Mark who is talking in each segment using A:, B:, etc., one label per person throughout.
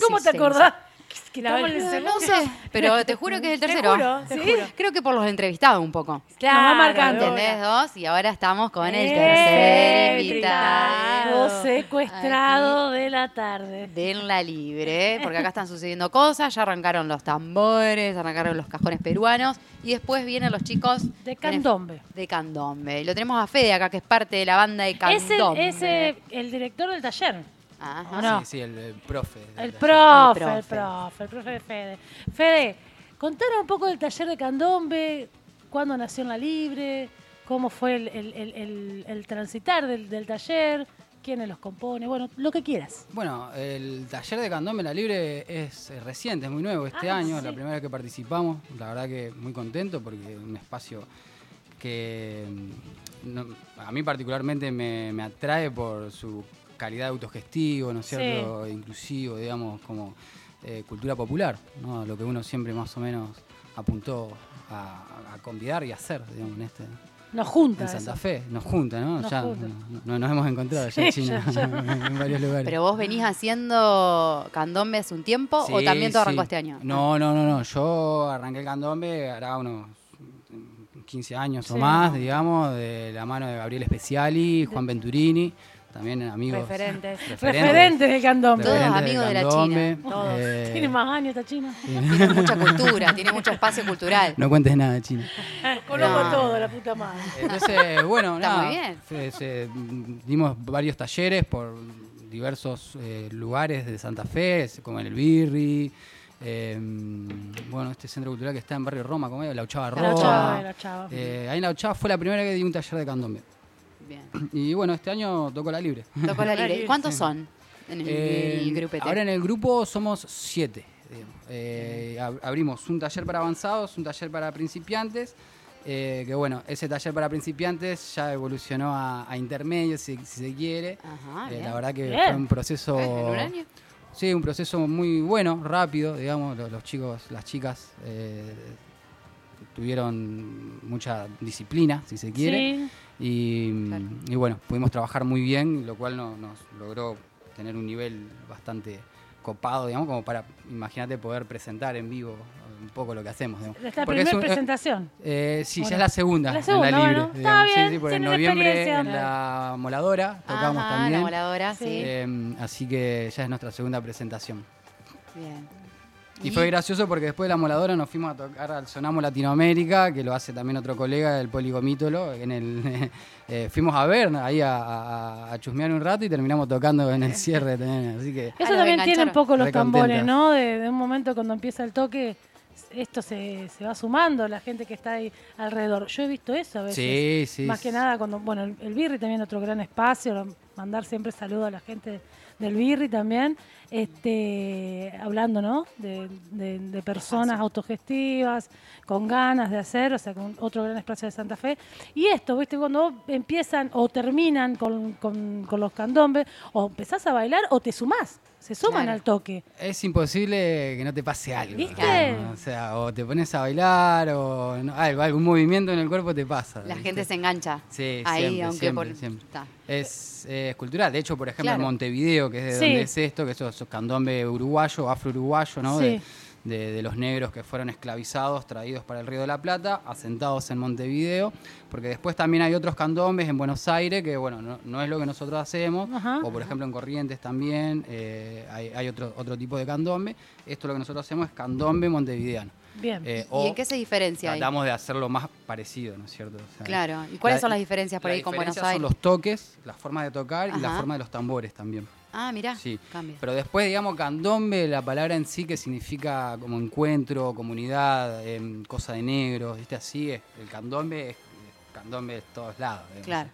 A: ¿Cómo te
B: existencia.
A: acordás? Es que la
C: ¿Cómo
A: verdad-
C: le-
B: No sé, pero te juro que es el
C: Te
B: tercero.
C: juro, te
B: Sí.
C: juro.
B: Creo que por los entrevistados un poco.
A: Nos va marcando.
B: ¿Entendés? Dos y ahora estamos con el
A: ¡Eh!
B: tercer
C: invitado.
A: Invitado secuestrado de la tarde.
B: Denla libre, ¿eh? porque acá están sucediendo cosas. Ya arrancaron los tambores, arrancaron los cajones peruanos. Y después vienen los chicos.
A: De candombe.
B: De candombe. Y Lo tenemos a Fede acá, que es parte de la banda de
A: Es el,
B: candombe.
A: es el, el director del taller.
B: Ajá.
A: Ah, No.
D: Sí, sí, el, el profe. de
A: El
D: la-
A: profe, el
B: El profe.
A: profe, el profe de Fede. Fede, contanos un poco del taller de candombe, cuándo nació en la libre, cómo fue el, el- el- el- el transitar del, del taller, quiénes los compone, bueno, lo que quieras.
D: Bueno, el taller de Candombe en La Libre es eh, reciente, es muy nuevo este
A: Ah,
D: año, es la
A: sí.
D: primera vez que participamos. La verdad que muy contento porque es un espacio que mm, no- a mí particularmente me, me atrae por su calidad autogestivo, ¿no es
A: Sí.
D: cierto? Inclusivo, digamos, como eh, cultura popular, ¿no? Lo que uno siempre más o menos apuntó a, a convidar y hacer, digamos, en este,
A: Nos junta.
D: En Santa
A: eso.
D: Fe, nos junta, ¿no?
A: Nos
D: ya
A: junta.
D: no- no- nos hemos encontrado ya en
A: Sí,
D: China,
A: ya,
D: en varios lugares.
B: Pero vos venís haciendo candombe hace un tiempo o
D: Sí,
B: también todo arrancó
D: sí.
B: este año.
D: No, no, no, no. Yo arranqué el candombe hará unos 15 años o
A: Sí.
D: más, digamos, de la mano de Gabriel Speciali, Juan Venturini, también amigos.
C: Referentes.
A: Referente del candombe.
B: Todos
D: referentes
B: amigos
D: del
B: de la
D: candombe,
A: Todos.
D: eh,
A: Tiene más años esta china.
B: Tiene mucha cultura, tiene mucho espacio cultural.
D: no cuentes nada de China.
A: Conozco
B: No.
A: Eh, todo, la puta madre.
D: Entonces, bueno,
B: Está
D: nada.
B: muy bien.
D: se- se- dimos varios talleres por diversos eh, lugares de Santa Fe, como en el Birri. eh, bueno, este centro cultural que está en Barrio Roma, como era, La Ochava Roma.
A: La Ochava, La Ochava.
D: Eh, ahí en La Ochava fue la primera que di un taller de candombe.
B: Bien.
D: Y bueno, este año tocó la libre.
B: Tocó la libre. ¿Cuántos son en el, E
D: Eh,
B: el grupete?
D: Ahora en el grupo somos siete. digamos. Eh, ab- abrimos un taller para avanzados, un taller para principiantes. eh, que bueno, ese taller para principiantes ya evolucionó a, a intermedios, si, si se quiere.
B: Ajá,
D: Eh,
B: bien.
D: la verdad que
A: Bien.
D: fue un proceso.
B: Eh, ¿en un año?
D: Sí, un proceso muy bueno, rápido, digamos. Los, los chicos, las chicas eh, tuvieron mucha disciplina, si se quiere.
A: Sí.
D: Y,
B: Claro.
D: y bueno, pudimos trabajar muy bien, lo cual no- nos logró tener un nivel bastante copado, digamos, como para, imagínate, poder presentar en vivo un poco lo que hacemos. digamos.
A: Esta
D: Porque
A: primera
D: es un-
A: presentación.
D: eh, sí,
A: Bueno.
D: ya es la segunda,
A: La segunda,
D: en la libre.
A: bueno, está
D: digamos. Sí,
A: bien,
D: sí, porque en
A: tienen
D: noviembre
A: experiencia.
D: en la moladora tocamos
B: Ajá,
D: también.
B: Ah, la voladora, sí.
D: Eh, así que ya es nuestra segunda presentación.
B: Bien.
D: Y,
B: Y-
D: fue gracioso porque después de la moladora nos fuimos a tocar al Sonamo Latinoamérica, que lo hace también otro colega, el Poligomítolo. En el, eh, fuimos a ver ahí a, a- a chusmear un rato y terminamos tocando en el cierre. también, Así que
A: Eso
B: Ah, lo
A: también tiene un
B: engancharon.
A: poco los
D: Re
A: tambores,
D: contentas.
A: ¿no? De, de un momento cuando empieza el toque, esto se, se va sumando, la gente que está ahí alrededor. Yo he visto eso a veces.
D: Sí, sí,
A: Más que
D: sí.
A: nada cuando, bueno, el, el Birri también otro gran espacio, lo- mandar siempre saludos a la gente del Birri también, este, hablando, ¿no? De, de- de personas autogestivas, con ganas de hacer, o sea, con otro gran espacio de Santa Fe. Y esto, ¿viste? Cuando empiezan o terminan con, con- con los candombes, o empezás a bailar o te sumás, se suman
B: Claro.
A: al toque.
D: es imposible que no te pase algo.
A: ¿Viste?
D: digamos. O sea, o te pones a bailar o no- algo, algún movimiento en el cuerpo te pasa.
B: La
D: ¿viste?
B: gente se engancha.
D: Sí,
B: Ahí,
D: siempre,
B: aunque
D: siempre,
B: por.
D: siempre.
B: está.
D: Es, eh, es cultural. De hecho, por ejemplo,
B: Claro.
D: en Montevideo, que es de
A: Sí.
D: donde es esto, que eso es candombe uruguayo, afro-uruguayo, ¿no?
A: Sí.
D: De, de- de los negros que fueron esclavizados, traídos para el Río de la Plata, asentados en Montevideo. Porque después también hay otros candombes en Buenos Aires, que bueno, no, no es lo que nosotros hacemos.
A: Ajá.
D: O por ejemplo en Corrientes también eh, hay, hay otro, otro tipo de candombe. Esto lo que nosotros hacemos es candombe montevideano.
A: Bien.
D: Eh,
B: Ah, ¿Y
D: o
B: en qué se diferencia ahí?
D: Tratamos de hacerlo más parecido, ¿no es cierto? O sea,
B: Claro. ¿Y cuáles son las diferencias por
D: la
B: ahí con Buenos
D: diferencia
B: Aires?
D: Son los toques, la forma de tocar y la
B: Ajá.
D: forma de los tambores también.
B: Ah, mirá.
D: Sí.
B: Cambia.
D: Pero después, digamos, candombe, la palabra en sí que significa como encuentro, comunidad, em, cosa de negros, ¿viste? Así es. El candombe es candombe de todos lados. digamos.
B: Claro.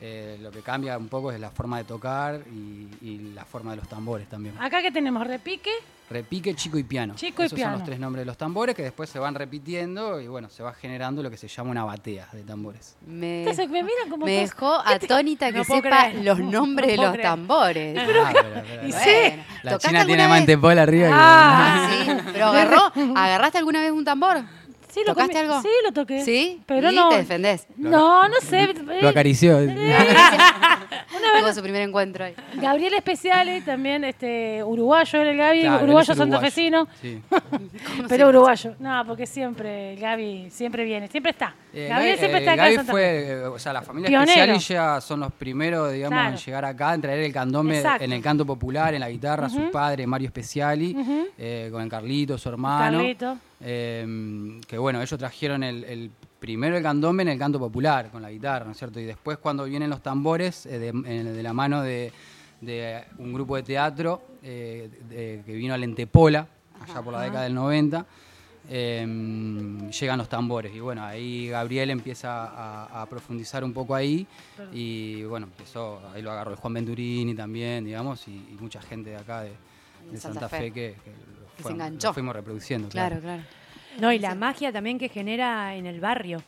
D: Eh, lo que cambia un poco es la forma de tocar y, y la forma de los tambores también.
B: Ah.
A: Acá que tenemos repique,
D: Repique, chico y piano.
A: Chico y
D: Esos
A: piano.
D: son los tres nombres de los tambores que después se van repitiendo y bueno, se va generando lo que se llama una batea de tambores.
B: Me,
A: Entonces, me miran como
B: me
A: todos-
B: dejó atónita que
C: No puedo
B: sepa
C: creer.
B: los
C: No
B: nombres de
C: puedo
B: los
C: creer.
B: tambores.
D: Ah, pero, pero,
A: Y
D: pero,
A: sí.
B: Bueno,
D: La
B: ¿tocaste
D: China
B: alguna
D: tiene
B: vez?
D: mantepol arriba. y-
A: Ah.
B: Sí, pero agarró, ¿agarraste alguna vez un tambor?
A: Sí, lo
B: ¿Tocaste
A: comí-
B: algo?
A: Sí, lo toqué.
B: ¿Sí?
A: Pero
B: ¿Y
A: no.
B: te defendés?
A: No, no sé.
D: Lo acarició.
A: Eh,
B: Tuvo su primer encuentro ahí.
A: Gabriel Especiale, también este, uruguayo era el Gaby,
D: Claro, él es
A: uruguayo
D: uruguayo.
A: santafesino,
D: Sí.
A: pero uruguayo. No, porque siempre Gaby siempre viene, siempre está.
D: Eh,
A: Gabriel
D: Gaby-
A: siempre
D: eh,
A: está acá
D: Gaby
A: en Santa Fe.
D: fue, eh, o sea, la familia
A: Pionero.
D: especial y ya son los primeros, digamos,
A: Claro.
D: en llegar acá, en traer el candombe
A: Exacto.
D: en el canto popular, en la guitarra, su padre, Mario Speciali, eh, con el Carlito, su hermano.
A: Carlito.
D: Eh, que bueno, ellos trajeron el, el- primero el candombe en el canto popular, con la guitarra, ¿no es cierto? Y después cuando vienen los tambores, eh, de, en- de la mano de, de un grupo de teatro eh, de- que vino a Lentepola, allá por la década del 90, eh, llegan los tambores. Y bueno, ahí Gabriel empieza a, a profundizar un poco ahí. Y bueno, empezó, ahí lo agarró el Juan Venturini también, digamos, y, y mucha gente de acá de, de
B: Santa
D: Santa,
B: Fe.
D: Fe, que, que
B: se
D: fueron- lo
B: enganchó.
D: fuimos reproduciendo.
B: Claro, claro.
C: No, y la magia también que genera en el barrio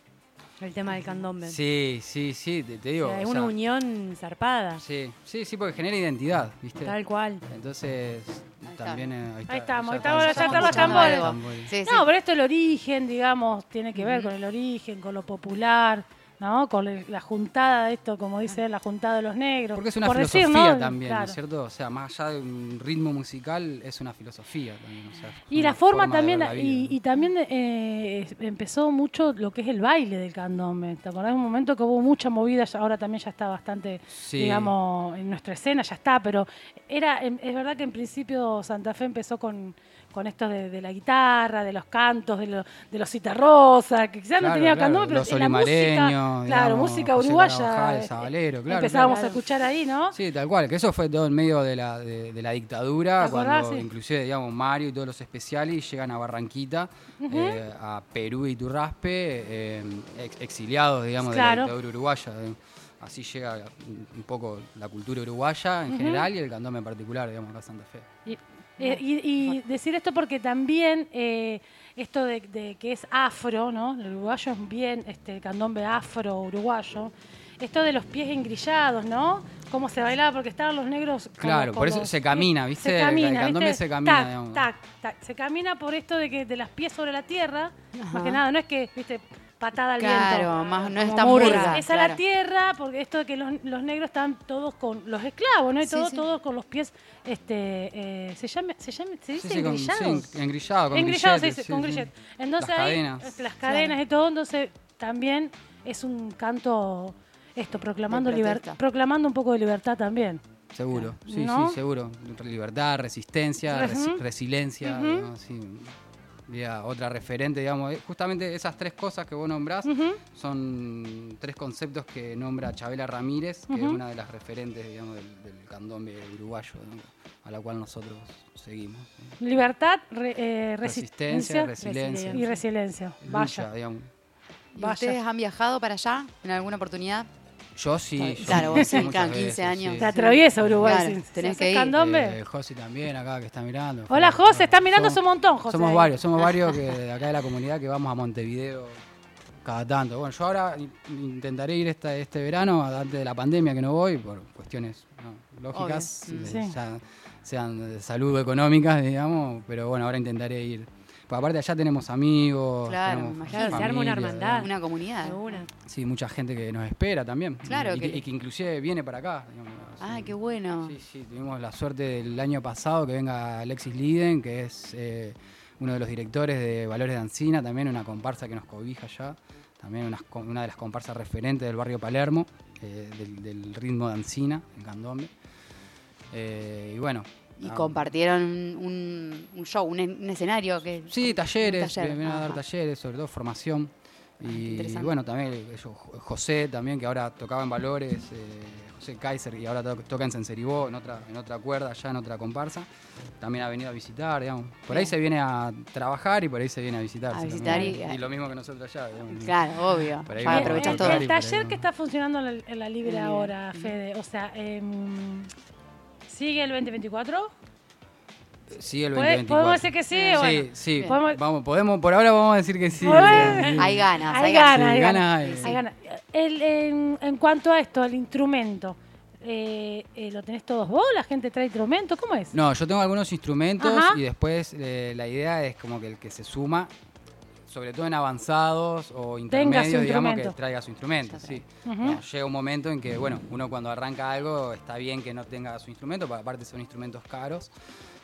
C: el tema del candombe.
D: Sí, sí, sí, te, te digo.
C: O sea, es
D: o
C: una
D: sea,
C: unión zarpada,
D: Sí, sí, sí, porque genera identidad, ¿viste?
C: tal cual.
D: Entonces,
B: está.
D: también. eh, Ahí,
A: Ahí estamos,
D: ya
A: ahí estamos,
B: Estamos
A: están los
B: escuchando
A: tambores.
B: algo. Sí, sí.
A: No, pero esto el origen, digamos, tiene que ver con el origen, con lo popular, ¿no? Con el- la juntada de esto, como
C: Ah.
A: dice, él, la juntada de los negros.
D: Porque es una
A: Por decir,
D: filosofía
A: ¿no?
D: también, ¿no
A: Claro.
D: es cierto? O sea, más allá de un ritmo musical, es una filosofía también. o sea, es
A: Y
D: una
A: la forma,
D: de
A: también,
D: ver la
A: y,
D: vida.
A: y también eh, es- empezó mucho lo que es el baile del candombe. ¿Te acordás de un momento que hubo mucha movida? ya- Ahora también ya está bastante,
D: Sí.
A: digamos, en nuestra escena ya está, pero era em- es verdad que en principio Santa Fe empezó con, con esto de, de la guitarra, de los cantos, de, lo- de los citarrosas, que quizás no
D: Claro,
A: tenía
D: claro,
A: candombe, pero
D: los
A: en la música,
D: olimareños,
A: claro,
D: digamos,
A: música
D: José
A: uruguaya.
D: Carabajal,
A: eh,
D: Sabalero, claro,
A: empezábamos
C: claro.
A: a escuchar ahí, ¿no?
D: Sí, tal cual, que eso fue todo en medio de la, de, de la dictadura,
A: ¿Te acordás?
D: cuando
A: Sí.
D: inclusive, digamos, Mario y todos los especiales llegan a Barranquita, eh, a Perú y Turraspe, eh, ex- exiliados, digamos, de
A: Claro.
D: la dictadura uruguaya. eh. Así llega un un poco la cultura uruguaya en general y el candombe en particular, digamos, acá a Santa Fe.
A: Y, eh, y- y decir esto porque también eh, esto de, de que es afro, ¿no? El uruguayo es bien, este candombe afro uruguayo. Esto de los pies engrillados, ¿no? Cómo se bailaba, porque estaban los negros. como
D: Claro,
A: con
D: por eso
A: los-
D: se camina, ¿viste?
A: Se
D: El
A: camina.
D: candombe
A: ¿viste?
D: se camina,
A: Tac,
D: digamos.
A: tac, tac. Se camina por esto de que de las pies sobre la tierra, más que nada, no es que, ¿viste? Patada al viento.
B: Claro, más no es
C: Como
B: tan
C: murga.
B: burda.
A: Esa
B: claro.
A: la tierra, porque esto de que los, los negros estaban todos con los esclavos, ¿no? Y
B: Sí,
A: todos,
B: sí.
A: todos con los pies, este, eh, se llama, se llama, se dice
D: con,
A: engrillados.
D: sí, engrillado, con
A: engrillados se
D: grilletes,
A: dice,
D: sí,
A: con
D: sí.
A: grillet. Entonces
D: Las
A: ahí,
D: cadenas.
A: eh, las cadenas y todo, entonces también es un canto, esto, proclamando
B: De
A: libertad,
B: protesta.
A: proclamando un poco de libertad también.
D: Seguro, sí,
A: ¿No?
D: sí, seguro. Libertad, resistencia, resi- resiliencia, digamos, sí. Diría, otra referente, digamos. Eh, Justamente esas tres cosas que vos nombrás son tres conceptos que nombra Chabela Ramírez, que es una de las referentes, digamos, del, del candombe uruguayo, ¿no? a la cual nosotros seguimos. ¿no?
A: Libertad, re- eh,
D: Resistencia,
A: resistencia
D: resiliencia,
A: y resiliencia.
D: lucha,
A: Vaya.
D: digamos.
B: ¿Y
A: Vaya.
B: ¿Ustedes han viajado para allá en alguna oportunidad?
D: Yo sí. yo
B: Claro, vos sí,
D: muchas
B: claro,
D: veces,
B: 15 años.
D: sí.
A: Te atraviesa Uruguay.
B: Claro,
A: si- si
B: tenés
A: haces
B: que ir.
A: candombe.
D: Eh, José también acá que está mirando.
A: Hola,
D: Fernando.
A: José, está mirando hace un montón, José,
D: Somos
A: ahí.
D: varios, somos varios que de acá de la comunidad que vamos a Montevideo cada tanto. Bueno, yo ahora in- intentaré ir esta, este verano, antes de la pandemia que no voy, por cuestiones ¿no? lógicas,
B: Obvio,
A: mm.
D: de-
A: Sí.
D: ya sean de salud o económicas, digamos, pero bueno, ahora intentaré ir. Pues aparte allá tenemos amigos,
B: Claro,
D: tenemos
B: me imagino.
C: Claro, se arma una
D: familia,
C: hermandad.
B: Una comunidad.
C: De una.
D: Sí, mucha gente que nos espera también.
B: Claro
D: Y
B: que-
D: que, y que inclusive viene para acá. digamos,
B: Ah,
D: sí.
B: qué bueno.
D: Sí, sí, tuvimos la suerte del año pasado que venga Alexis Liden, que es eh, uno de los directores de Valores de Ancina, también una comparsa que nos cobija ya, también unas com- una, de las comparsas referentes del barrio Palermo, eh, del, del ritmo de Ancina, en Candombe. Eh, y bueno.
B: Y
D: ah,
B: compartieron un, un show, un, un escenario que...
D: Sí, talleres,
B: taller,
D: vienen a dar
B: ajá. Ah,
D: talleres, sobre todo formación. Y
B: interesante.
D: bueno, también ellos, Jo- José también, que ahora tocaba en Valores, eh, José Kaiser, y ahora to- toca en Senseribó, en otra, en otra cuerda, ya en otra comparsa, también ha venido a visitar, digamos. Por ahí
B: Bien.
D: se viene a trabajar y por ahí se viene a visitar.
B: A
D: sí, lo
B: visitar
D: mismo.
B: y-
D: lo mismo que nosotros allá, digamos.
B: Claro, obvio.
D: Por ahí
B: Ya
D: va.
A: el,
B: aprovechás
D: Eh,
B: todo.
A: el
D: Claro,
A: taller
D: pero-
A: que está funcionando en la, en la
C: Eh,
A: Libre
B: En la Libre.
A: ahora,
C: mm.
A: Fede, o sea, em, ¿sigue el 2024?
D: Sí, el
A: ¿Puede-
D: 2024.
A: ¿Podemos decir que sí?
B: Sí,
A: Bueno,
D: Sí, sí,
B: Bien.
A: Podemos-
D: vamos, podemos, por ahora vamos a decir que sí.
A: Bueno.
D: Sí.
B: Hay ganas, hay
A: hay
B: ganas.
A: ganas, hay ganas.
D: Sí, ganas hay.
A: hay ganas. El- en, en cuanto a esto, al instrumento, eh, eh, ¿lo tenés todos vos? ¿La gente trae instrumento? ¿Cómo es?
D: No, yo tengo algunos instrumentos
A: Ajá.
D: y después eh, la idea es como que el que se suma sobre todo en avanzados o intermedios, digamos, que
A: instrumento.
D: traiga su instrumento.
B: Ya
D: Sí.
A: Ujú.
D: No, llega un momento en que, bueno, uno cuando arranca algo está bien que no tenga su instrumento, porque aparte son instrumentos caros.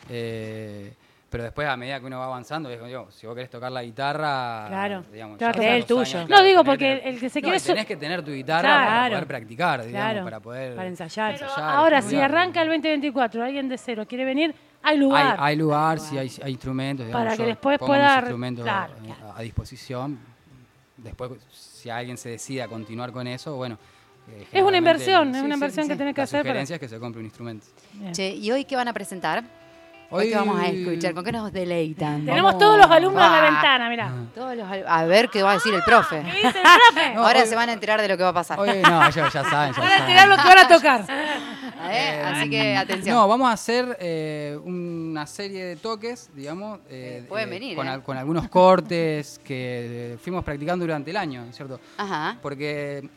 D: eh, pero después, a medida que uno va avanzando, es como, digo, si vos querés tocar la guitarra,
C: Claro.
D: digamos,
A: Claro,
D: ya
A: es
D: a
A: el
D: los años,
C: tuyo.
D: claro,
A: No, digo,
D: tenés que
A: porque
D: tener-
A: el que se
D: No,
A: quiere
D: y
A: su-
D: tenés que tener tu guitarra para
C: Claro.
D: poder practicar, digamos,
C: Claro.
D: para poder
C: Para ensayar.
A: Pero
D: ensayar,
A: ahora,
D: para
A: si
D: cuidar.
A: arranca el 2024, alguien de cero quiere venir, hay
D: Hay,
A: lugar.
D: hay lugar, si hay, hay instrumentos. digamos,
A: Para que
D: yo
A: después
D: pongo
A: pueda-
D: mis instrumentos
A: claro,
D: eh, a- a disposición. Después, si alguien se decide a continuar con eso, bueno. eh,
A: Es una
D: generalmente-
A: inversión, es
D: sí,
A: una
D: sí,
A: inversión
D: sí.
A: que tenés que
D: La
A: hacer. para-
D: sugerencia es que se compre un instrumento.
A: Bien.
B: Che, ¿y hoy qué van a presentar? Hoy, qué vamos a escuchar, ¿con qué nos deleitan?
A: Tenemos
D: Vamos.
A: todos los alumnos en la
B: Ah.
A: ventana, mirá.
B: Todos los al- a ver qué va a decir el profe.
A: ¿Qué dice el profe?
D: No,
B: Ahora
D: hoy-
B: se van a enterar de lo que va a pasar.
D: Hoy, no, yo- ya saben. ya
A: Van a
D: saben. mm,
A: enterar lo que van a tocar.
B: ¿Eh? Así que atención.
D: No, vamos a hacer eh, una serie de toques, digamos. eh,
B: Eh, pueden
D: eh,
B: venir,
D: Con,
B: eh.
D: al- con algunos cortes que eh, fuimos practicando durante el año, ¿cierto?
B: Ajá.
D: Porque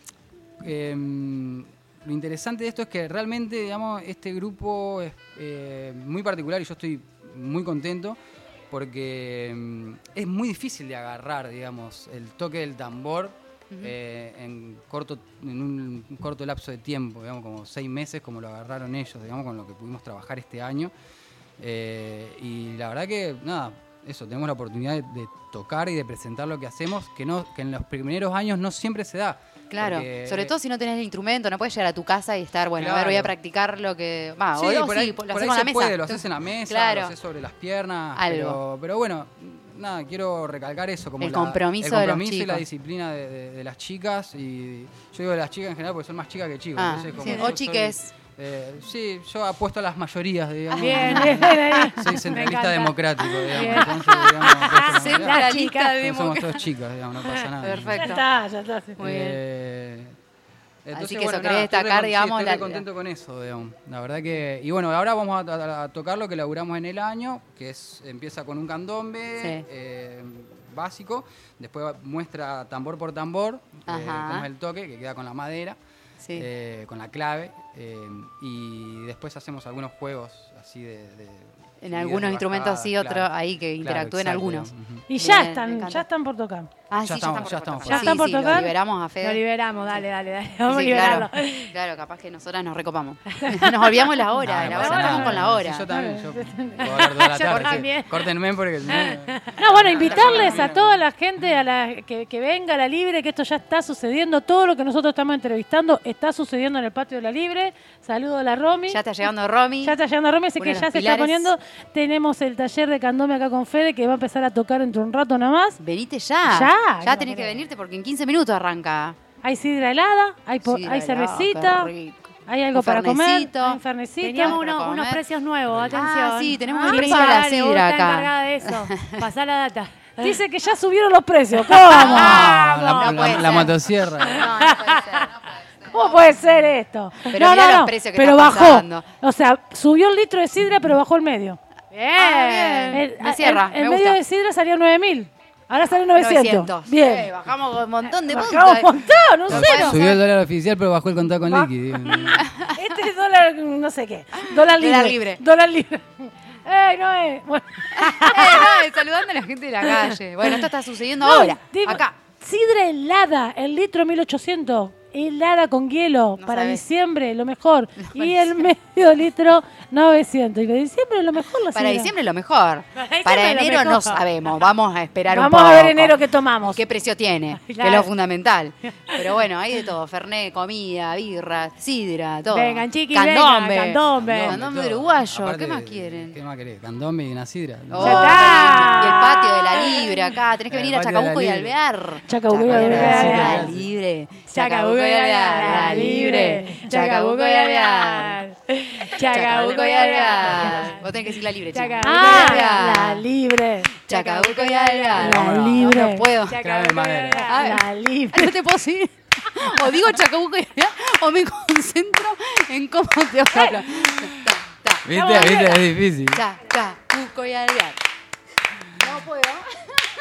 D: eh, lo interesante de esto es que realmente, digamos, este grupo es eh, muy particular y yo estoy muy contento porque mm, es muy difícil de agarrar, digamos, el toque del tambor. eh, en corto en un corto lapso de tiempo digamos como seis meses como lo agarraron ellos digamos con lo que pudimos trabajar este año eh, y la verdad que, nada, eso, tenemos la oportunidad de, de tocar y de presentar lo que hacemos, que, no, que en los primeros años no siempre se da.
B: Claro,
D: Porque,
B: sobre
D: eh,
B: todo si no tenés el instrumento, no puedes llegar a tu casa y estar, bueno, a ver,
D: Claro.
B: voy a practicar lo que. Va,
D: sí,
B: hoy
D: por
B: sí,
D: ahí,
B: lo
D: por ahí
B: hacemos
D: se
B: en la mesa.
D: puede, lo haces en la mesa,
B: Claro.
D: lo haces sobre las piernas,
B: Algo.
D: Pero, pero bueno, nada, quiero recalcar eso, como
B: El
D: la-
B: compromiso
D: el
B: de los
D: compromiso y la
B: chicos.
D: disciplina de, de- de las chicas, y yo digo de las chicas en general porque son más chicas que chicos.
B: Ah,
D: entonces, como
B: sí.
D: yo
B: O
D: soy-
B: chiques.
D: eh, sí, yo apuesto a las mayorías, digamos.
C: Bien, bien, bien.
D: Soy centralista
C: encanta.
D: democrático, digamos.
C: Bien.
D: Entonces,
B: Ah,
D: digamos, apuesto a la mayoría.
B: la
C: Las
B: lista
C: chicas.
B: de
D: Somos- Somos todos chicos, digamos, no pasa nada.
A: Ya
B: Perfecto.
A: está, ya está. sí.
B: Muy bien.
D: Eh,
B: que eso,
D: nada,
B: querés
D: estoy
B: destacar,
D: recon- sí,
B: digamos,
D: estoy
B: la-
D: re contento con eso, digamos. La verdad que. Y bueno, ahora vamos a, a- a tocar lo que laburamos en el año, que es empieza con un candombe
B: Sí.
D: eh, básico, después va- muestra tambor por tambor, eh,
B: Ajá.
D: cómo es el toque, que queda con la madera,
B: Sí.
D: eh, con la clave, eh, y después hacemos algunos juegos así de. de
B: En
D: subidas,
B: algunos instrumentos sí,
D: bajadas,
B: otro ahí que interactúen
D: exacto,
B: algunos.
D: digamos, ujú.
A: Y ya
B: Bien, me
A: están,
B: encanta.
A: ya están por tocar.
B: Ah,
D: Ya
B: sí,
D: estamos, ya
B: ya están por
D: estamos por
B: tocar.
A: ¿Ya están
B: Sí,
A: por
B: sí, lo
A: tocar?
B: liberamos a Fede.
C: Lo liberamos, dale, dale, dale.
B: Sí,
C: Vamos a
B: sí,
C: liberarlo.
B: claro, claro, capaz que nosotras nos recopamos. Nos olvidamos la hora,
D: No,
B: la
D: no pasa
B: hora estamos
D: nada.
B: con la hora.
D: Sí, yo también, yo puedo hablar toda la
C: Yo
D: tarde, sí.
C: también.
D: Córtenme porque si no-
A: No, bueno, invitarles a toda la gente a la, que, que venga a la Libre, que esto ya está sucediendo. Todo lo que nosotros estamos entrevistando está sucediendo en el patio de la Libre. Saludo a la Romy.
B: Ya está llegando Romy.
A: Ya está llegando Romy, así
B: Uno
A: que
B: de
A: ya
B: los
A: se está
B: pilares.
A: poniendo. Tenemos el taller de Candome acá con Fede, que va a empezar a tocar dentro de un rato nada más.
B: Venite ya.
A: Ya,
B: Ya
A: no,
B: tenés que
A: mira.
B: venirte porque en 15 minutos arranca.
A: Hay sidra helada, hay, po-
B: Sí,
A: hay
B: la-
A: cervecita,
B: qué rico.
A: hay algo
B: Un
A: para comer,
B: fernecito.
A: hay un fernecito.
C: Teníamos
B: para
C: uno-
B: comer.
C: unos precios nuevos, atención.
B: Ah, sí, tenemos un
C: un
B: precio de la sidra acá.
C: encargada de eso. Pasá la data.
A: Dice que ya subieron los precios. ¿Cómo?
D: Ah, la-
B: No
D: la,
B: puede
D: la
B: ser.
D: motosierra.
B: No, no puede ser, no puede ser.
A: ¿Cómo puede ser esto?
B: Pero mirá los precios que
A: pero
B: están
A: bajó.
B: pasando.
A: O sea, subió el litro de sidra, pero bajó el medio. Eh,
C: Bien.
B: Ah, bien.
A: El,
B: Me cierra,
A: el- el
B: me
A: medio
B: gusta.
A: de sidra salía 9.000. Ahora sale 900.
B: 900. Sí,
A: Bien.
B: bajamos Eh, un montón de
A: Bajó un
B: puntos. eh.
A: montón, un cero.
D: Subió el dólar oficial, pero bajó el contado con líquido.
A: Este es dólar, no sé qué. Dólar libre.
B: Dólar libre.
A: Dólar libre. ¡Ey, no es! Bueno.
B: Eh, no, saludando a la gente de la calle. Bueno, esto está sucediendo ahora.
A: No, digo,
B: Acá.
A: Sidra helada, el litro 1800, helada con hielo
B: No
A: para
B: sabés.
A: diciembre, lo mejor. y el medio litro 900. Y de diciembre, lo mejor la
B: Para
A: sidra.
B: diciembre lo mejor.
C: diciembre
B: Para
C: lo
B: enero
C: mejor.
B: no sabemos. Vamos a esperar un
A: Vamos
B: poco.
A: a ver enero qué tomamos.
B: ¿Qué precio tiene? Que
C: Claro.
B: es lo fundamental. Pero bueno, hay de todo. Fernet, comida, birra, sidra, todo.
C: Vengan, chiquis,
B: candombe.
C: vengan, candombe.
B: Candombe
D: todo.
B: uruguayo.
D: Aparte,
B: ¿Qué más quieren?
D: ¿Qué más querés? Candombe y una sidra.
B: Oh,
C: Ya está.
B: Y el patio de la Libre acá. Tenés que
D: El
B: venir a
D: patio de la
B: Chacabuco y
D: Libre.
B: Alvear.
A: Chacabuco y Alvear.
B: La Libre.
C: Chacabuco y Alvear, la libre. Chacabuco y Alvear. Chacabuco y Alvear.
B: Vos tenés que decir la Libre, chico.
C: Chacabuco.
A: Ah, la libre.
B: Chacabuco y Alvear.
A: La
B: No,
A: Libre.
B: No, puedo.
D: Clave
C: Chacabuco y
D: madera.
C: Alvear.
B: Ah,
A: La libre.
B: No te puedo seguir. O digo Chacabuco y Alvear o me concentro en cómo te hablo.
D: ¿Viste? ¿Viste? Es difícil.
B: Chacabuco y Alvear. No puedo.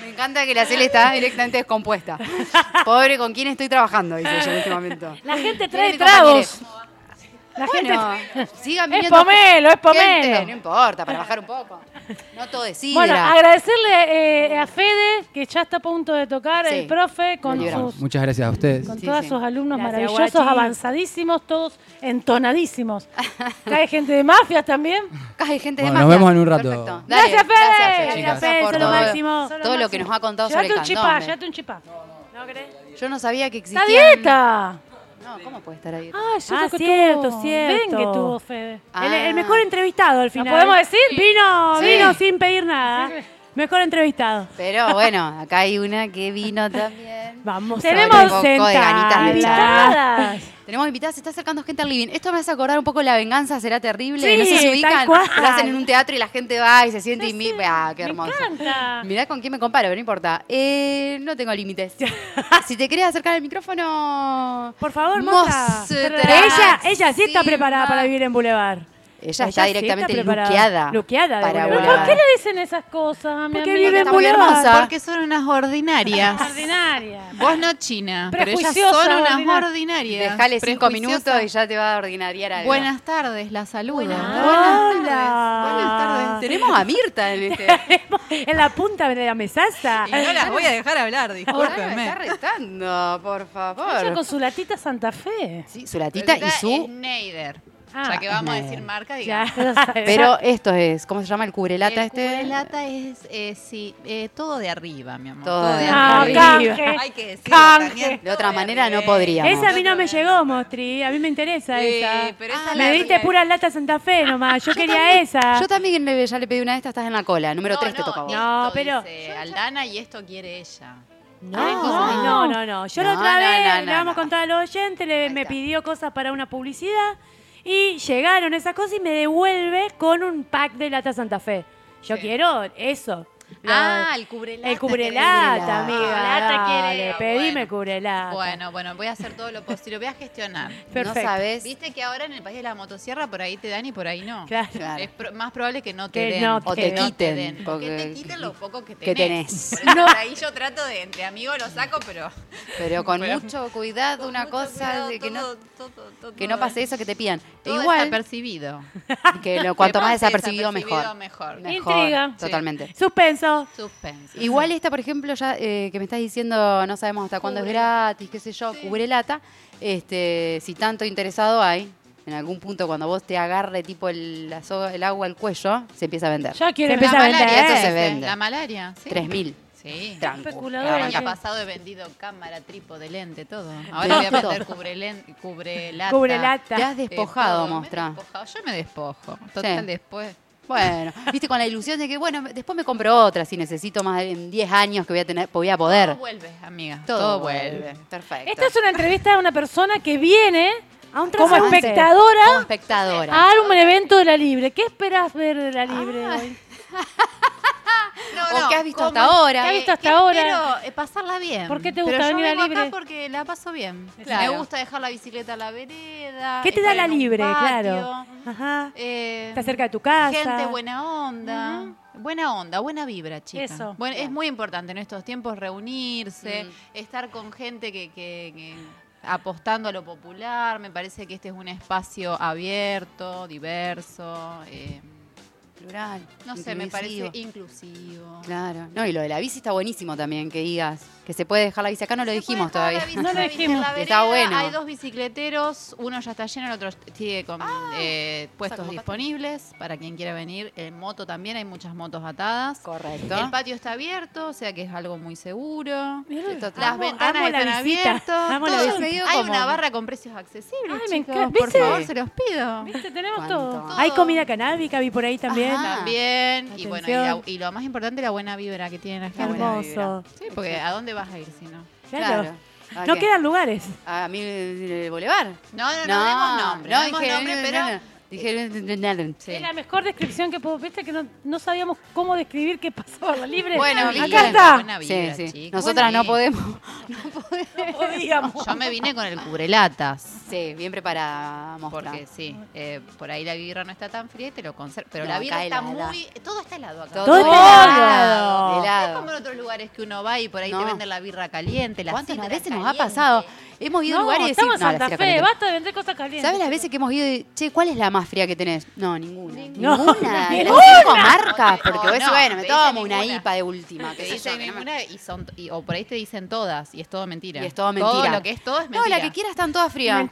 B: Me encanta que la Cele está directamente descompuesta. Pobre, ¿con quién estoy trabajando? Dice yo en este momento.
A: La gente
B: Miren
A: trae
B: mi
A: tragos.
B: compañero.
A: La
B: bueno,
A: gente.
B: sigan
C: Es
B: viniendo.
C: pomelo, es
B: gente,
C: pomelo.
B: no importa, para bajar un poco. No todo es sidra.
A: Bueno, agradecerle eh, a Fede, que ya está a punto de tocar,
B: Sí.
A: el profe, con,
B: Muy bien.
A: sus,
D: Muchas gracias a ustedes.
A: con
B: Sí,
A: todos
B: sí.
A: sus alumnos
C: Gracias,
A: maravillosos,
C: guachi.
A: avanzadísimos, todos entonadísimos. Acá hay gente de mafias también.
B: Acá hay gente
D: Bueno,
B: de
D: nos
B: magia.
D: vemos en un rato.
B: Perfecto.
A: Gracias, Fede.
B: Gracias, Fede.
D: Gracias,
C: Fede,
B: por
C: sos lo
B: todo,
A: Son
C: máximo.
B: todo lo
A: máximo.
B: que nos ha contado
A: Llévate
B: sobre
A: un
B: el
A: chipá,
B: candombe.
A: llévate un chipá.
C: ¿No crees?
B: Yo no sabía que
A: ¡Está
B: existía.
A: a dieta!
B: No, ¿cómo puede estar ahí?
A: Ah, yo
C: Ah,
A: creo que
C: cierto,
A: tuvo.
C: cierto.
A: Ven que tuvo Fede.
B: Ah.
C: El, el mejor entrevistado al final.
A: podemos decir?
C: Vino,
B: Sí.
C: vino sin pedir nada. Mejor entrevistado.
B: Pero bueno, acá hay una que vino también.
C: Vamos
A: Tenemos
C: a
B: un poco de ganitas de
C: presentarla.
A: Invitadas.
B: Tenemos invitadas, se está acercando gente al living. Esto me hace acordar un poco la venganza, será terrible.
C: Sí,
B: no sé si
C: tal
B: ubican.
C: cual.
B: Lo hacen en un teatro y la gente va y se siente y mi- Ah, qué
A: Me
B: hermoso.
A: encanta.
B: Mirá con quién me comparo, pero no importa. Eh, no tengo límites. Ah, si te querés acercar al micrófono.
C: Por favor, Moza.
B: Moza.
C: Ella, ella sí está preparada para vivir en Boulevard.
B: Ella
C: sí está
B: está directamente
C: preparada.
B: luqueada.
C: Luqueada de
B: para
C: Boulevard.
A: ¿Pero
B: volar.
A: por qué le dicen esas cosas a mi
C: Porque
A: amiga?
C: vive
A: que
C: en
A: está
B: está
A: muy
B: muy
C: Boulevard.
B: hermosa.
E: Porque son unas ordinarias.
A: ordinaria.
E: Vos no china, pero ellas
A: Prejuiciosa,
E: son unas
A: ordinaria.
E: ordinarias.
B: Dejale cinco
E: Prejuiciosa.
B: minutos y ya te va a ordinariar algo.
E: Buenas tardes, la saludo.
B: Buenas
C: tardes.
E: Buenas tardes.
B: Tenemos a Mirta en este.
C: En la punta de la mesaza.
E: Y no las voy a dejar hablar,
B: Ahora me está
E: discúlpenme.
B: retando, por
A: Ella
B: favor.
A: con su latita Santa Fe.
B: Sí, su latita y su.
E: Schneider.
A: Ah,
E: ya que vamos a decir
B: Schneider.
E: marca,
C: Ya.
E: digamos.
B: Pero esto es, ¿cómo se llama el cubrelata
E: El
B: este?
E: cubrelata es, eh, sí, eh, todo de arriba, mi amor.
B: Todo de
A: Ah,
B: arriba.
A: canje.
E: Hay que decirlo,
A: Canje.
E: Tania,
B: De
E: todo
B: otra manera
E: arriba.
B: no podríamos.
C: Esa a mí no me llegó, Mostri. A mí me interesa
E: Sí,
C: esa.
E: pero
B: Ah,
E: esa
C: me
E: la-
C: diste pura lata Santa Fe nomás. Yo, quería esa.
B: Yo también le- ya le pedí una de estas, estás en la cola. Número
E: No,
B: 3 te
E: no,
B: toca a vos.
C: No,
E: esto
C: pero-
E: dice Aldana y esto quiere ella.
A: Ah,
C: No,
E: Hay cosas que
C: no, no, no. Yo la
B: No,
C: otra
B: no,
C: vez,
B: no,
C: le
B: no,
C: vamos
B: no.
C: a contar a los oyentes, le-
B: Ahí
C: me
B: está.
C: pidió cosas para una publicidad y llegaron esas cosas y me devuelve con un pack de lata Santa Fe. Yo quiero eso. La-
E: Ah, el cubrelata.
C: el cubrelata,
B: lata.
C: amiga.
E: Lata
C: dale,
E: quiere,
C: pedime
E: bueno.
C: cubrelata.
E: Bueno, bueno, voy a hacer todo lo posible, voy a gestionar.
B: No
C: perfecto.
B: sabes.
E: Viste que ahora en el país de la motosierra por ahí te dan y por ahí no.
C: Claro.
B: Claro.
E: Es pro- más probable que no te
C: Que
E: den.
C: no
B: O
C: que
B: te
C: no te
B: quiten.
E: den, o que
B: porque-
E: te quiten lo poco que
B: que
E: tenés.
B: tenés.
E: Por, eso por ahí yo trato de entre amigos lo saco, pero.
B: Pero con
E: Pero-
B: mucho cuidado, una
E: Mucho
B: cosa
E: cuidado,
B: de que no,
E: todo, todo, todo,
B: que no
E: todo.
B: pase eso que te pidan. E
E: Todo
B: Igual,
E: Desapercibido.
B: que lo- cuanto
E: Que
B: más
E: pase
B: desapercibido,
E: desapercibido,
B: mejor.
E: mejor.
A: Intriga.
E: Sí.
B: Totalmente.
C: Suspenso.
E: Suspense.
B: Igual esta, por ejemplo, ya eh, que me estás diciendo, no sabemos hasta cuándo es gratis, qué sé yo, cubre lata. Este, si tanto interesado hay, en algún punto cuando vos te agarre tipo el, la soga- el agua al cuello, se empieza a vender.
A: Ya quiere
C: Se empieza
A: más.
C: a vender.
B: eso se
E: dice,
B: vende.
E: La malaria. Sí.
B: 3.000.
E: Sí.
B: Tranco.
A: Especuladora.
E: El
B: La
E: año
A: Arranca.
E: pasado he vendido cámara, trípode, lente, todo. Ahora voy a vender cubrelen- cubrelata.
C: Cubrelata.
B: Te has despojado,
E: todo. Eh, Me he
B: mostra.
E: despojado. Yo me despojo. Total,
B: Sí.
E: después.
B: Bueno, viste, con la ilusión de que, bueno, después me compro otra si necesito más de- en 10 años que voy a tener, voy a
E: Todo
B: poder.
E: vuelve, amiga.
B: Todo
E: Todo, vuelve.
B: Perfecto.
A: Esta es una entrevista a una persona que viene
C: A un
A: como
C: traficante.
B: Como
A: espectadora
B: espectadora.
E: Ah.
A: a un evento de la libre. ¿Qué esperás ver de la libre hoy?
B: ¿O qué has visto hasta ahora?
A: ¿Qué has visto
E: Eh,
A: hasta
E: ¿qué
A: ahora?
E: espero? Eh, pasarla bien.
A: ¿Por qué te
E: Pero
A: gusta
E: yo
A: venir a
E: vengo
A: Libre?
E: Acá porque la paso bien.
B: Claro.
E: Me gusta dejar la bicicleta a la vereda.
C: ¿Qué te da
E: estar
C: la
E: Ah, en un
C: libre? Claro.
E: patio.
C: Ajá.
E: Eh,
C: Está cerca de tu casa.
E: Gente buena onda. Buena onda, buena vibra, chicas.
A: Eso.
E: Bueno, es muy importante en estos tiempos reunirse,
B: Mm.
E: estar con gente que, que- que apostando a lo popular. Me parece que este es un espacio abierto, diverso. eh,
B: Plural.
E: no sé, me parece
B: inclusivo.
E: inclusivo.
B: Claro. No, y lo de la bici está buenísimo también, que digas. Que se puede dejar la bici. Acá no lo
E: Se
B: dijimos
E: puede
B: todavía.
E: dejar la bici
A: No lo
E: en la
A: dijimos.
E: vereda,
B: Está bueno.
E: Hay dos bicicleteros, uno ya está lleno, el otro sigue con eh, puestos
B: como
E: disponibles para quien quiera venir. En moto también hay muchas motos atadas.
B: Correcto.
E: El patio está abierto, o sea que es algo muy seguro.
B: Total.
E: Las
C: Amo-
E: ventanas
C: amo la
E: están
C: visita.
E: abiertas.
C: Amo la
E: Todo
C: visita.
E: medio Hay
B: como-
E: una barra con precios accesibles.
A: Ay, me
E: chicos,
A: encanta.
E: Por
B: ¿Viste?
E: favor, se los pido.
A: ¿Viste? Tenemos
B: ¿Cuánto?
A: todo.
C: Hay comida canábica, vi por ahí también.
B: Ajá.
E: También. Y bueno, y, la-
C: Atención.
E: y lo más importante, la buena vibra que tiene la
C: Qué
E: gente.
C: hermoso.
E: Sí, porque ¿a dónde vas a ir si no?
C: Claro.
B: ¿A
C: No
B: qué?
C: quedan lugares.
B: A mí eh, el Boulevard.
E: No, no, no, demos nombre. No, demos
B: dije,
E: nombre,
B: no,
E: pero.
B: no, no. Dije, no, no, no.
A: Es la mejor descripción que puedo. Viste que no, no sabíamos cómo describir qué pasaba en la libre.
E: Buena
A: acá
E: vibra,
A: está.
E: buena
B: Sí,
E: vibra,
B: sí.
E: chicos.
B: Nosotras no
E: Sí.
B: podemos.
A: Podíamos.
E: Yo me vine con el cubrelatas.
B: Sí, bien preparada, mostra.
E: Porque sí, eh, por ahí la birra no está tan fría y te lo conserva. Pero
B: No,
E: la birra
B: acá
E: está
B: helada.
E: muy. Todo está helado acá.
C: Todo está
B: helado.
E: No es
B: Helado.
E: como en otros lugares que uno va y por ahí
B: No.
E: te venden la birra caliente, la
B: ¿Cuántas
E: sidra
B: veces nos ha
E: caliente.
B: pasado? Hemos ido a
A: No,
B: lugares y decir,
A: estamos en
B: "No, la
A: Santa
B: fila
A: Fe,
B: caliente".
A: basta de vender cosas calientes.
B: ¿Sabes las veces que hemos ido y, che, ¿cuál es la más fría que tenés? No, ninguna.
C: Ninguna.
B: Ninguna. De
C: Ninguna.
B: las cinco marcas, porque
E: O
B: vos decís,
E: no,
B: bueno,
E: te
B: me
E: dicen
B: tomo una
E: ninguna.
B: IPA de última.
E: Te
B: qué sé yo,
E: dicen
B: que no me-
E: ninguna y son, y- o por ahí te dicen todas y es todo mentira.
B: Y es todo mentira.
E: Todo lo que es todo es mentira.
B: No, la que quieras están todas frías.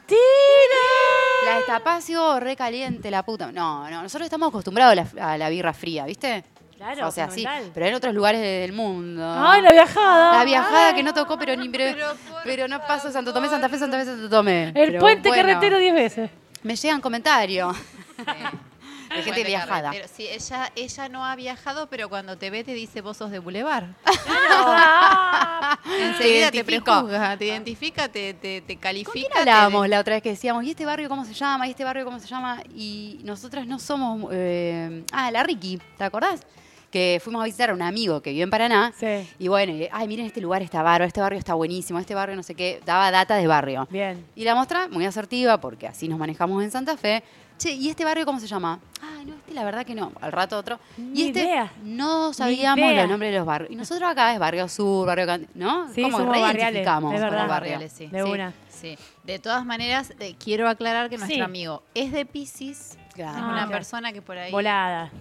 B: La destapás y vos re caliente, la puta. No, no, nosotros estamos acostumbrados a la, a la birra fría, ¿viste?
C: Claro,
B: O sea, sí,
C: fundamental.
B: pero en otros lugares del mundo.
C: Ah.
A: Ay, la viajada.
B: La viajada que no tocó, pero ni pero,
E: Pero por
B: pero no pasó Santo Tomé, Santa Fe, Santa Fe, Santo Tomé.
A: El
B: Pero
A: puente
B: bueno,
A: carretero 10 veces.
B: Me llegan comentarios de gente
E: Bueno,
B: viajada.
E: carretero. Sí, ella, ella no ha viajado, pero cuando te ve te dice vos sos de Boulevard.
C: Ah.
E: Enseguida te
B: identifico.
E: prejuzga, te identifica, te, te, te califica.
B: ¿Con quién
E: te-
B: hablábamos la otra vez que decíamos, ¿y este barrio cómo se llama? ¿Y este barrio cómo se llama? Y nosotras no somos. eh, ah, la Ricky, ¿te acordás? Que fuimos a visitar a un amigo que vive en Paraná.
A: Sí.
B: Y bueno, y, ay, miren, este lugar está bárbaro, este barrio está buenísimo, este barrio no sé qué, daba data de barrio.
C: Bien.
B: Y la muestra, muy asertiva, porque así nos manejamos en Santa Fe. Che, ¿y este barrio cómo se llama? Ay, no, este la verdad que no. Al rato otro.
C: Ni
B: y este
C: idea.
B: no sabíamos
C: idea.
B: los nombres de los barrios. Y nosotros acá es barrio sur, barrio Can- ¿no?
C: Sí,
B: como
C: somos
B: re
C: barriales,
B: identificamos
C: es
B: con
C: verdad.
B: los barrios.
E: Barriales, sí.
C: De
E: sí,
C: una.
E: sí. De todas maneras, eh, quiero aclarar que nuestro
A: Sí.
E: amigo es de Pisces, es
B: Claro.
A: Ah,
E: una
A: ya.
E: persona que por ahí...
C: Volada.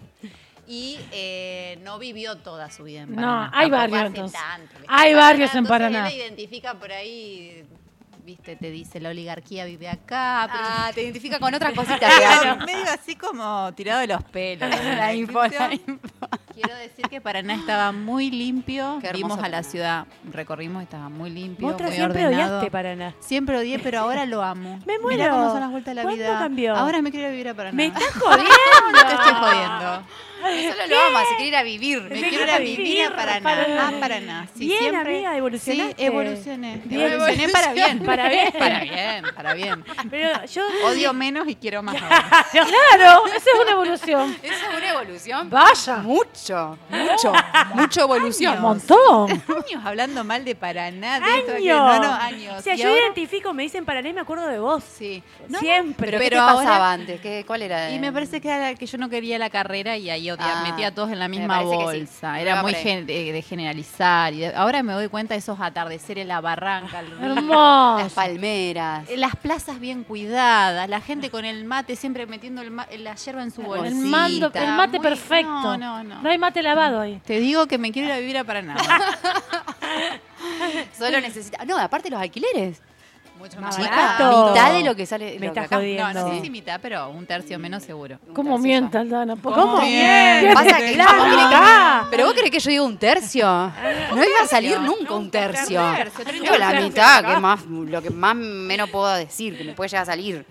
E: Y eh, no vivió toda su vida en
A: No,
E: Paraná.
A: hay
E: Tampoco
A: barrios,
E: hace
A: entonces.
E: tanto que
A: Hay
E: está
A: barrios en
E: entonces
A: Paraná.
E: él la identifica por ahí, viste, te dice la oligarquía vive acá. pero-
B: Ah, te identifica con otras cositas. que
E: Claro,
B: hacen.
E: medio así como tirado de los pelos.
B: La info, la
E: Quiero decir que Paraná estaba muy limpio.
B: Qué hermoso
E: Vimos a la
B: Paraná.
E: ciudad, recorrimos, estaba muy limpio.
C: Vos
E: muy
C: siempre
E: ordenado.
C: odiaste Paraná.
E: Siempre odié, pero ahora lo amo.
C: Me muero.
E: Mirá cómo son las vueltas de la
C: ¿Cuándo
E: vida.
C: cambió?
E: Ahora me quiero vivir a Paraná.
C: Me estás jodiendo.
E: no te estoy jodiendo.
B: Solo lo ama, se quiere ir a vivir.
E: Me
C: Sí,
E: quiero ir a vivir a Paraná.
C: Paraná.
E: A Paraná. Sí,
C: Bien,
E: siempre-
C: amiga, evolucionaste.
E: Sí, evolucioné.
C: Bien.
E: Evolucioné para bien.
C: Para bien.
E: Para bien, para bien.
C: Pero yo.
E: Odio menos y quiero más ahora.
A: Claro, esa es una evolución.
B: Esa es una evolución.
A: Vaya,
B: Mucho, mucho, mucho
A: un
B: evolución.
A: montón.
E: Años hablando mal de Paraná. De esto, de que-
C: Años.
E: no, no, años.
C: O sea,
E: Y
C: yo
E: ahora-
C: identifico, me dicen Paraná y me acuerdo de vos.
E: Sí.
C: siempre.
B: Pero, ¿qué te
E: Pero ahora-
B: pasaba antes? ¿Qué, ¿Cuál era?
E: Y me parece que era que yo no quería la carrera y ahí odia-
B: Ah,
E: metía a todos en la
B: me
E: misma
B: parece que sí.
E: bolsa.
B: Me
E: Era
B: va
E: muy
B: por ahí.
E: gen- eh, de, de generalizar. Y de- ahora me doy cuenta de esos atardeceres, la barranca, el río.
B: Las
A: Hermoso.
B: palmeras.
E: Las plazas bien cuidadas, la gente con el mate siempre metiendo el ma- la hierba en su
B: El
E: bolsa.
A: El, mando- el mate
E: Muy-
A: perfecto.
E: No, no, no.
A: No hay mate lavado ahí.
E: Te digo que me quiero ir a vivir a Paraná.
B: Solo necesita. No, aparte los alquileres.
E: Mucho
C: Más
B: Chica,
C: barato.
B: mitad de lo que sale.
C: Me
B: lo que
C: estás
B: acá-
E: No, no sé
C: jodiendo.
E: si mitad, pero un tercio menos seguro.
B: un
A: ¿Cómo
B: tercio
A: mienta
B: ya.
A: el Dana? ¿Cómo?
E: ¿Cómo miente?
B: Pasa que
E: Claro.
B: vos creés que-
A: Acá.
B: pero vos crees que yo digo un tercio. No iba a salir nunca un tercio. Digo la mitad, que es más, lo que más menos puedo decir, que me puede llegar a salir.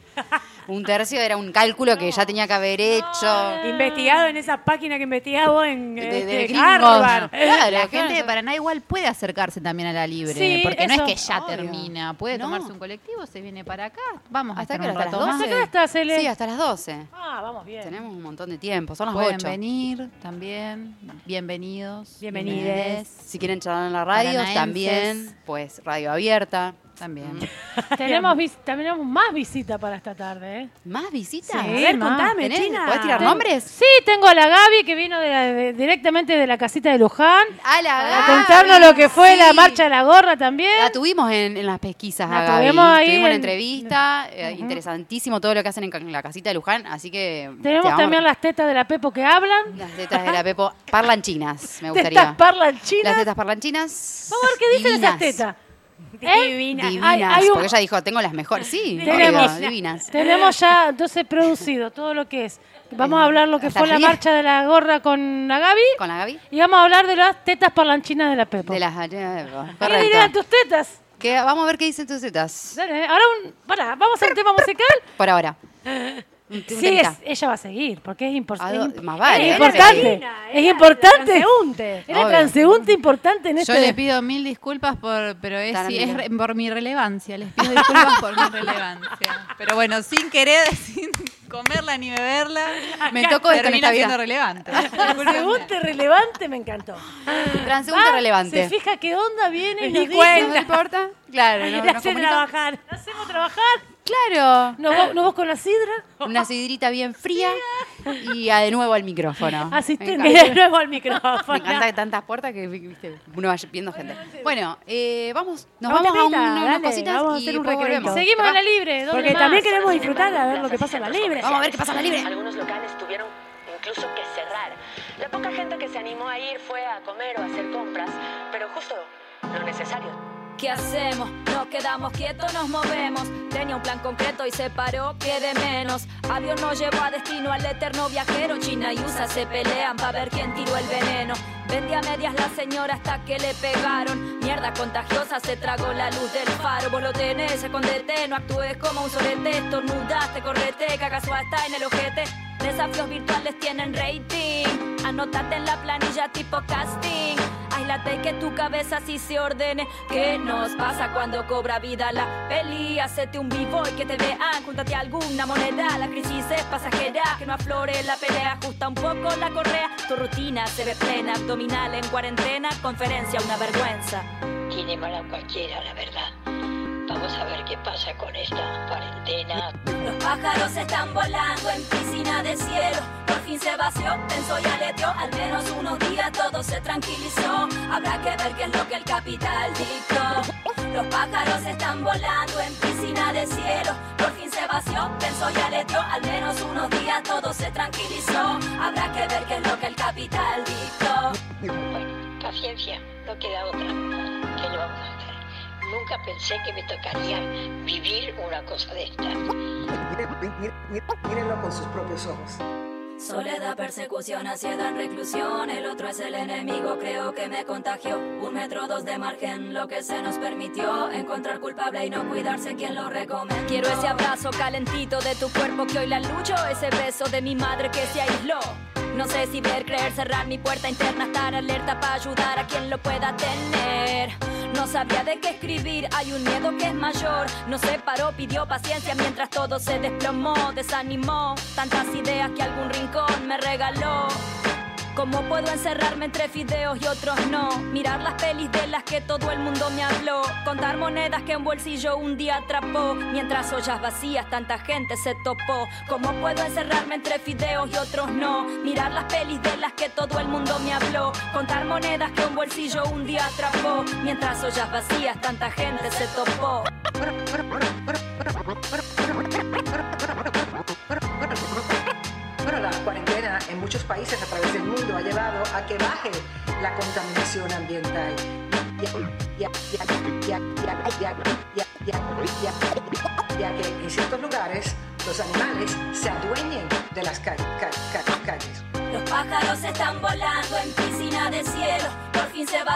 B: Un tercio era un cálculo que ya tenía que haber hecho.
C: Investigado en esa página que investigás vos en
B: De- de
C: este,
B: gringos.
C: Harvard.
E: Claro, la
B: Claro,
E: gente de
B: claro.
E: Paraná igual puede acercarse también a la libre,
A: Sí,
E: porque no
A: eso.
E: es que ya
B: Obvio.
E: termina, puede
B: No.
E: tomarse un colectivo, se viene para acá, vamos a
B: ¿Hasta
E: estar
B: que
E: un
B: hasta las
E: rato más.
B: 12?
A: ¿Hasta qué hora estás, Ele?
B: Sí, hasta las 12.
A: Ah, vamos bien.
B: Tenemos un montón de tiempo, son las
E: Pueden
B: 8.
E: venir también, bienvenidos,
C: Bienvenides.
B: Si quieren charlar en la radio,
E: Paranaenses.
B: también, pues radio abierta.
E: también.
A: Tenemos, vis- tenemos más visita para esta tarde. ¿eh?
B: ¿Más visitas?
A: Sí,
C: A ver,
A: ma.
C: contame,
B: ¿Tenés-
C: China.
B: ¿Podés tirar
A: Ten-
B: nombres?
A: Sí, tengo a la Gaby que vino de la- de- directamente de la casita de Luján.
B: A la
A: Para
B: Gaby,
A: contarnos lo que fue la
B: sí.
A: marcha de la gorra también.
B: La tuvimos en, en las pesquisas,
A: La
B: a Gaby.
A: tuvimos ahí
B: Tuvimos una
A: en-
B: entrevista, eh, interesantísimo todo lo que hacen en, ca- en la casita de Luján, así que...
A: Tenemos
B: te vamos-
A: también las tetas de la Pepo que hablan.
B: las tetas de la Pepo. Parlanchinas, me gustaría.
A: Tetas parlanchinas.
B: Las tetas parlanchinas.
A: Vamos a ver qué dicen esas
B: divinas,
A: tetas. ¿Eh?
C: Divina.
B: Divinas,
A: Hay- hay un-
B: porque ella dijo, tengo las mejores. Sí, obvio,
A: Tenemos-
B: divinas.
A: Tenemos ya entonces producido todo lo que es. Vamos a hablar lo que
B: Hasta
A: fue la
B: arriba.
A: marcha de la gorra con la Gaby
B: Con la Gaby.
A: y vamos a hablar de las tetas parlanchinas de la Pepo.
B: De las...
A: ¿Qué dirán
B: Correcto.
A: tus tetas?
B: Que, vamos a ver qué dicen tus tetas.
A: Dale, Ahora un, pará, vamos al tema musical.
B: Por ahora. Un
A: Sí,
B: temita.
A: es- ella va a seguir, porque es
B: ¿A dó-
A: importante.
B: Ah, más vale,
A: es
B: ella va a
A: importante.
B: seguir.
A: Es importante.
C: transeúnte.
A: Era
B: Obvio.
A: transeúnte importante en
E: Yo
A: este.
E: le pido mil disculpas por, pero es,
B: Tarán,
E: sí, es
B: mira.
E: re- por mi relevancia, les pido disculpas por mi relevancia. Pero bueno, sin querer, sin comerla ni beberla,
B: Me tocó esto en
E: termina
B: esta vida.
E: siendo relevante.
A: Transeúnte relevante me encantó.
B: Transeúnte
A: Va,
B: relevante.
A: Se fija qué onda viene y
C: Ni
A: nos dice,
C: cuenta.
B: ¿No importa? Claro, no,
A: "La
B: nos
A: hace
B: comunicamos.
A: trabajar. La hacemos trabajar.
B: Claro.
A: ¿No vos, no vos con la sidra?
B: Una sidrita bien fría Y a de nuevo al micrófono.
A: Asistente.
B: Me
C: Y
B: encanta.
C: de nuevo al
B: Me
C: micrófono.
B: encanta que tantas puertas que viste, uno va viendo gente. Bueno, eh, vamos, nos
C: Vamos,
B: vamos, a
C: Pepita,
B: unas
C: dale,
B: cositas
C: vamos a
B: y
C: hacer un
B: después
C: recreo.
B: volvemos.
C: Seguimos
F: en
B: ¿Te va?
F: la libre, doble
C: Porque
F: más.
C: también queremos disfrutar a ver lo que pasa en la libre.
B: Vamos a ver qué pasa en la libre.
G: Algunos locales tuvieron incluso que cerrar. La poca gente que se animó a ir fue a comer o a hacer compras, pero justo lo necesario.
H: ¿Qué hacemos? Nos quedamos quietos, nos movemos. Tenía un plan concreto y se paró, pie de menos. Avión nos llevó a destino al eterno viajero. China y USA se pelean para ver quién tiró el veneno. Vendía medias la señora hasta que le pegaron. Mierda contagiosa, se tragó la luz del faro. Vos lo tenés, escondete, no actúes como un solete. Estornudaste, correte, cagazúa está en el ojete. Desafíos virtuales tienen rating. Anotate en la planilla tipo casting. Aislate que tu cabeza sí se ordene. ¿Qué nos pasa cuando cobra vida la peli? Hacete un b-boy que te vean, júntate alguna moneda. La crisis es pasajera, que no aflore la pelea. Ajusta un poco la correa, tu rutina se ve plena. Abdominal en cuarentena, conferencia una vergüenza.
G: Tiene mal a cualquiera, la verdad. Vamos a ver qué pasa con esta cuarentena.
H: Los pájaros están volando en piscina de cielo. Por fin se vació, pensó y aleteó. Al menos unos días todo se tranquilizó. Habrá que ver qué es lo que el capital dictó. Los pájaros están volando en piscina de cielo. Por fin se vació, pensó y aleteó. Al menos unos días todo se tranquilizó. Habrá que ver qué es lo que el capital dictó.
G: Bueno, paciencia, no queda otra. ¿Qué le vamos a hacer? Nunca pensé que me tocaría vivir una cosa de esta.
I: Mírenlo con sus propios ojos.
H: Soledad, persecución, ansiedad, reclusión. El otro es el enemigo, creo que me contagió. Un metro, dos de margen, lo que se nos permitió. Encontrar culpable y no cuidarse, quien lo recomendó. Quiero ese abrazo calentito de tu cuerpo que hoy la lucho. Ese beso de mi madre que se aisló. No sé si ver, creer, cerrar mi puerta interna, estar alerta para ayudar a quien lo pueda tener. No sabía de qué escribir, hay un miedo que es mayor. No se paró, pidió paciencia mientras todo se desplomó, desanimó. Tantas ideas que algún rincón me regaló. ¿Cómo puedo encerrarme entre fideos y otros no? Mirar las pelis de las que todo el mundo me habló. Contar monedas que un bolsillo un día atrapó. Mientras ollas vacías tanta gente se topó. ¿Cómo puedo encerrarme entre fideos y otros no? Mirar las pelis de las que todo el mundo me habló. Contar monedas que un bolsillo un día atrapó. Mientras ollas vacías tanta gente se topó.
I: Bueno, la cuarentena en muchos países a través del mundo ha llevado a que baje la contaminación ambiental. Ya- ya- ya- ya- ya- ya- ya- ya- Ya que en ciertos lugares los animales se adueñen de las ca- ca- ca- calles.
H: Los pájaros están volando en piscina de cielo. Por fin se va